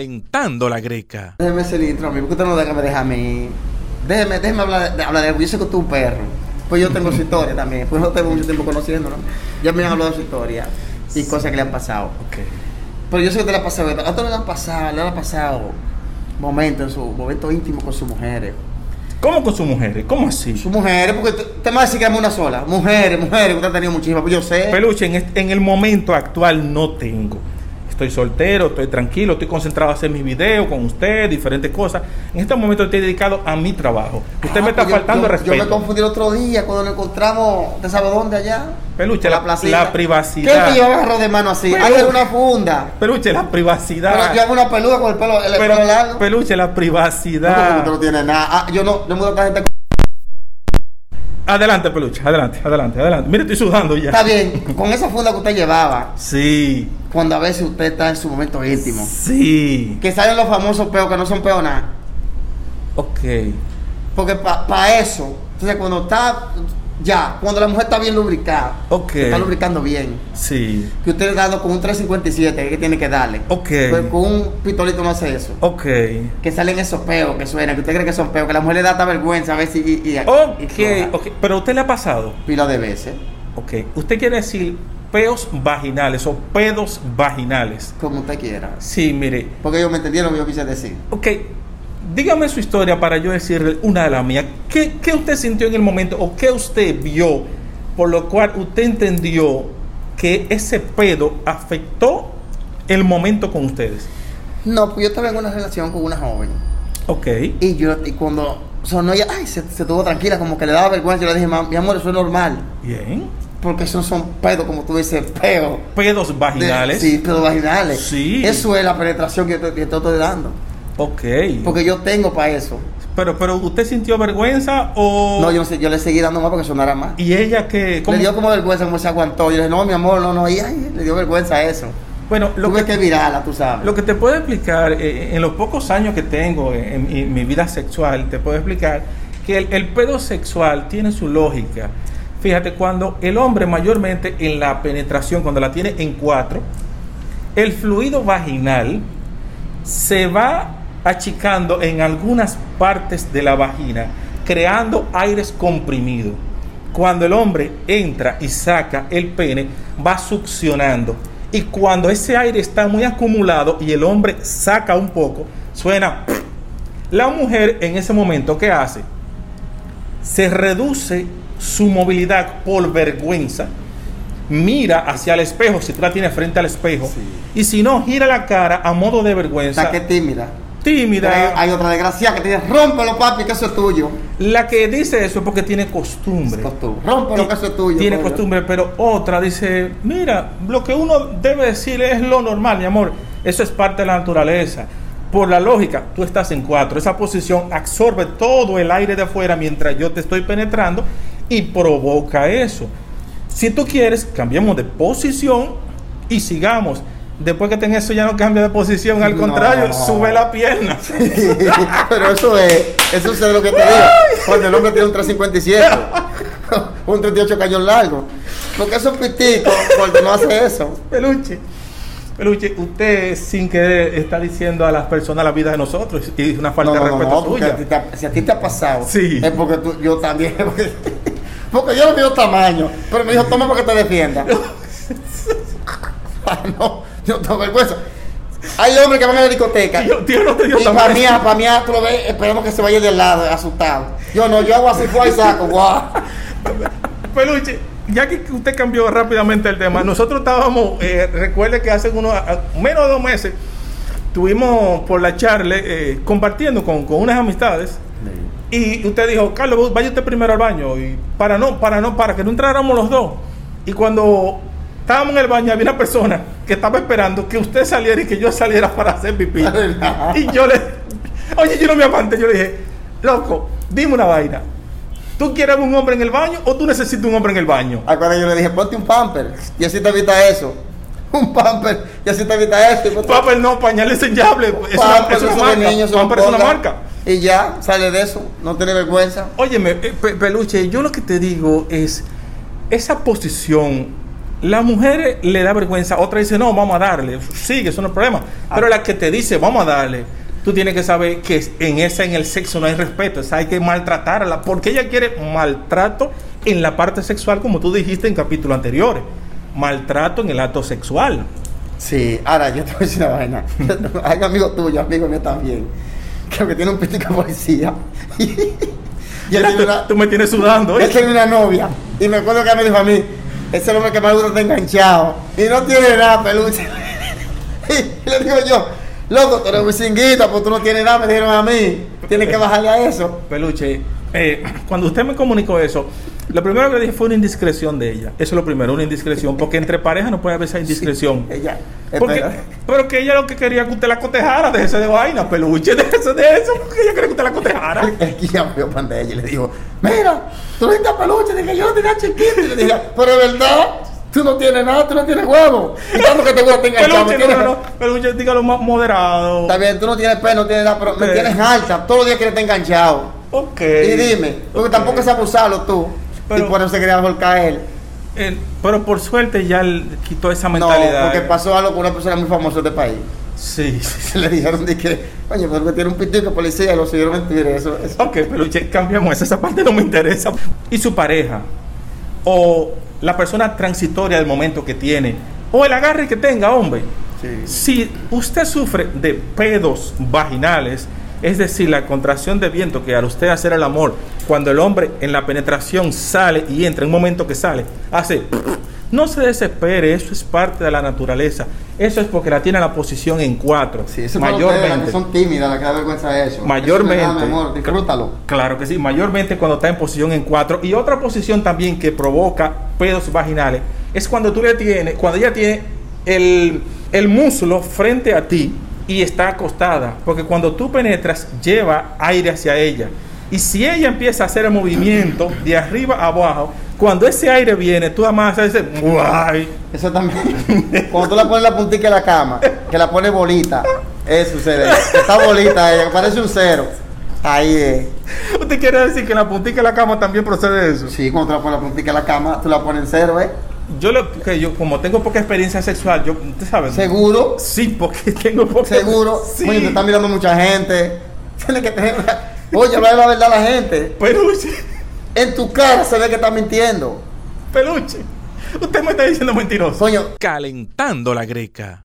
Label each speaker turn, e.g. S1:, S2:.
S1: calentando la greca.
S2: Déjeme ese litro a mí, porque usted no deja, me deja a mí. Déjeme, déjeme hablar de, hablar de algo. Yo sé que tú es un perro. Pues yo tengo su historia también. Pues no tengo mucho tiempo conociéndolo. Ya me han hablado de su historia y cosas que le han pasado. Pero yo sé que te le ha pasado. A todos le han pasado, le han pasado momentos en su momento íntimo con sus mujeres.
S1: ¿Cómo con sus mujeres? ¿Cómo así?
S2: Sus mujeres, porque te- te me va a decir que es una sola. Mujeres, mujeres, usted ha tenido muchísimas, pues yo sé.
S1: Peluche, en, este- en el momento actual no tengo. Estoy soltero, estoy tranquilo, estoy concentrado a hacer mis videos con usted, diferentes cosas. En este momento estoy dedicado a mi trabajo. Usted
S2: Ah,
S1: me está
S2: pues yo-
S1: faltando
S2: yo-
S1: el respeto.
S2: Yo me confundí el otro día cuando nos encontramos, ¿usted sabe dónde allá?
S1: Peluche,
S2: Por
S1: la-
S2: placita.
S1: la privacidad.
S2: ¿Qué te lleva agarrado de mano así?
S1: Pero-
S2: Hay una funda.
S1: Peluche, la
S2: Pero yo
S1: privacidad.
S2: hago una peluda con el pelo, el
S1: Pero-
S2: pelo largo.
S1: peluche, la
S2: No,
S1: privacidad.
S2: porque tú no tienes nada. Ah, yo no, no me gusta gente.
S1: Adelante, peluche, adelante, adelante, adelante. Mire, estoy sudando ya.
S2: Está bien, con esa funda que usted llevaba,
S1: Sí,
S2: cuando a veces usted está en su momento íntimo,
S1: sí.
S2: que salen los famosos peos que no son peos nada.
S1: Ok.
S2: Porque para eso, entonces cuando está, ya, cuando la mujer está bien lubricada,
S1: Ok.
S2: que está lubricando bien,
S1: Sí.
S2: que usted le está dando con un 357, que tiene que darle.
S1: Ok.
S2: Pero con un pistolito no hace eso.
S1: Ok.
S2: Que salen esos peos que suenan, que usted cree que son peos, que la mujer le da hasta vergüenza a ver si. Y, y- y- y-
S1: Ok, ok. Pero a usted le ha pasado.
S2: Pila de veces.
S1: Ok. Usted quiere decir peos vaginales o pedos vaginales.
S2: Como usted quiera.
S1: Sí, mire.
S2: Porque ellos me entendieron lo que yo quise decir.
S1: Ok. Dígame su historia para yo decirle una de las mías. ¿Qué, qué usted sintió en el momento o qué usted vio por lo cual usted entendió que ese pedo afectó el momento con ustedes?
S2: No, pues yo estaba en una relación con una joven.
S1: Ok.
S2: Y yo, y cuando sonó ella, ay, se, se estuvo tranquila, como que le daba vergüenza. Yo le dije, "Ma- mi amor, eso es normal.
S1: Bien.
S2: Porque esos son pedos, como tú dices, peos.
S1: Pedos
S2: De-
S1: vaginales.
S2: Sí, pedos vaginales.
S1: Sí.
S2: Eso es la penetración que te, que te estoy dando.
S1: Ok.
S2: Porque yo tengo para eso.
S1: Pero, pero usted sintió vergüenza o.
S2: No, yo, no sé, yo le seguí dando más porque sonara más.
S1: Y ella que.
S2: Le dio como vergüenza, como se aguantó. Yo le dije, no, mi amor, no, no. Y ay, le dio vergüenza eso.
S1: Bueno, lo
S2: Tuve
S1: que,
S2: que, virarla, tú sabes.
S1: lo que te puedo explicar, eh, en los pocos años que tengo en, en mi, mi vida sexual, te puedo explicar que el, el pedo sexual tiene su lógica. Fíjate, cuando el hombre mayormente en la penetración, cuando la tiene en cuatro, el fluido vaginal se va achicando en algunas partes de la vagina, creando aires comprimidos. Cuando el hombre entra y saca el pene, va succionando. Y cuando ese aire está muy acumulado y el hombre saca un poco, suena... La mujer en ese momento, ¿qué hace? Se reduce su movilidad por vergüenza mira hacia el espejo, si tú la tienes frente al espejo,
S2: Sí.
S1: y si no, gira la cara a modo de vergüenza,
S2: Está que tímida.
S1: tímida.
S2: Hay, hay otra desgracia que te dice, rómpelo, papi, que eso es tuyo.
S1: La que dice eso es porque tiene costumbre.
S2: Es costumbre. Rómpelo, que eso es tuyo. pues,
S1: Tiene
S2: coño.
S1: costumbre, pero otra dice, mira, lo que uno debe decir es lo normal, mi amor, eso es parte de la naturaleza. Por la lógica, tú estás en cuatro, esa posición absorbe todo el aire de afuera mientras yo te estoy penetrando y provoca eso. Si tú quieres, cambiemos de posición y sigamos. Después que tenga eso ya no cambia de posición, al
S2: No.
S1: contrario, sube la pierna.
S2: Pero eso es, eso es lo que te digo. Cuando el hombre tiene un 357, un 38 cañón largo. Porque eso es pitico, porque no hace eso.
S1: Peluche. Peluche, usted sin querer está diciendo a las personas la vida de nosotros y es una falta
S2: No, no,
S1: de
S2: no,
S1: respeto
S2: no, porque
S1: suya.
S2: a ti te ha- si a ti te ha pasado,
S1: Sí.
S2: es porque tú- yo también. Porque, porque yo no mido tamaño, pero me dijo, toma para que te defienda. ah, no, yo tengo vergüenza. Hay hombres que van a la discoteca.
S1: Tío, tío, no te dio
S2: Y para
S1: tamaño.
S2: mí, para mí, tú lo ves, esperemos que se vaya del lado, asustado. Yo no, yo hago así, fue y saco, guau.
S1: Peluche, ya que usted cambió rápidamente el tema, nosotros estábamos, eh, recuerde que hace unos a- menos de dos meses estuvimos por la charla eh, compartiendo con, con unas amistades y usted dijo, Carlos, vaya usted primero al baño y para no, para no, para que no entráramos los dos. Y cuando estábamos en el baño había una persona que estaba esperando que usted saliera y que yo saliera para hacer pipí. y yo le, oye, yo no me aguanté, yo le dije, loco, dime una vaina. ¿Tú quieres un hombre en el baño o tú necesitas un hombre en el baño?
S2: Acuérdate, yo le dije, ponte un pamper, y así te evita eso. Un pamper, y así te evita eso. Y ponte-
S1: Papel no, pañal enseñable. Es una,
S2: Pamper,
S1: es una
S2: eso de
S1: marca.
S2: niños,
S1: Pamper es una
S2: ponga.
S1: marca.
S2: Y ya, sale de eso, no tiene vergüenza.
S1: Óyeme, eh, Pe- Peluche, yo lo que te digo es, esa posición La mujer le da vergüenza, otra dice, no, vamos a darle. Sí, que eso no es problema. Pero la que te dice, vamos a darle, tú tienes que saber que en esa, en el sexo no hay respeto, o sea, hay que maltratarla, porque ella quiere maltrato en la parte sexual, como tú dijiste en capítulos anteriores, maltrato en el acto sexual.
S2: Sí, ahora yo te voy a decir una vaina. Hay un amigo tuyo, amigo mío también, que aunque tiene un pitico policía. y él
S1: Mira,
S2: tiene
S1: tú,
S2: una,
S1: tú me tienes sudando.
S2: él
S1: ¿eh?
S2: tiene una novia. Y me acuerdo que él me dijo a mí, ese es el hombre que más duro está enganchado. Y no tiene nada, peluche. y le digo yo, loco, tú eres muy cinguita, pues tú no tienes nada, me dijeron a mí. Tienes que bajarle a eso.
S1: Peluche, eh, cuando usted me comunicó eso, lo primero que le dije fue una indiscreción de ella. Eso es lo primero, una indiscreción, porque entre parejas no puede haber esa indiscreción.
S2: Ella,
S1: Porque,
S2: Eh, espera.
S1: pero que ella lo que quería que usted la cotejara, déjese de vaina, peluche, déjese de eso, porque ella quería que usted la cotejara.
S2: El guía me vio pantalla y le dijo, mira, tú no estás peluche, dije yo no tenía eh, chiquito. Y le dije, pero es verdad, tú no tienes nada, tú no tienes huevo. Y tanto que te huevo tenga
S1: Peluche, no, no, no, peluche, dígalo más moderado.
S2: Está bien, tú no tienes pelo, no tienes nada, pero me
S1: Sí.
S2: tienes alta, todos los días que te enganchado.
S1: Ok. Eh,
S2: Y dime, porque
S1: Ok.
S2: tampoco es abusarlo tú.
S1: Pero-
S2: y por eso se quería volcar a él.
S1: Eh, pero por suerte ya él quitó esa
S2: No,
S1: mentalidad.
S2: porque pasó algo con una persona muy famosa de este país.
S1: Sí, sí, sí.
S2: Se le dijeron de que, oye, pero que tiene un pitico policía y lo siguieron mentir, eso, eso.
S1: Ok, peluche, cambiamos eso, esa parte no me interesa. Y su pareja, o la persona transitoria del momento que tiene, o el agarre que tenga, hombre. Si usted sufre de pedos vaginales, es decir, la contracción de viento que al usted hacer el amor, cuando el hombre en la penetración sale y entra, en un momento que sale, hace... No se desespere, eso es parte de la naturaleza. Eso es porque la tiene la posición en cuatro.
S2: Sí, eso mayormente. Las que son tímidas, las que da vergüenza de eso.
S1: Mayormente.
S2: Eso es verdad, mi amor, disfrútalo.
S1: Claro que sí, mayormente cuando está en posición en cuatro. Y otra posición también que provoca pedos vaginales es cuando tú le tienes, cuando ella tiene el, el muslo frente a ti y está acostada. Porque cuando tú penetras, lleva aire hacia ella. Y si ella empieza a hacer el movimiento de arriba a abajo, cuando ese aire viene, tú además haces ese guay.
S2: Eso también. Cuando tú la pones la puntica de la cama, que la pones bolita, eso sucede. Está bolita ella, que parece un cero. Ahí es.
S1: ¿Usted quiere decir que en la puntica de la cama también procede eso?
S2: Sí, cuando tú la pones la puntica de la cama, tú la pones en cero, ¿eh?
S1: Yo, lo, que yo como tengo poca experiencia sexual, yo, ¿usted sabe?
S2: Seguro,
S1: Sí, porque tengo poca...
S2: seguro.
S1: Sí.
S2: Oye, te está mirando mucha gente. Tienes que tener. Oye, habla de la verdad a la gente.
S1: Peluche,
S2: En tu cara se ve que está mintiendo.
S1: peluche. Usted me está diciendo mentiroso.
S2: Coño,
S1: Calentando la greca.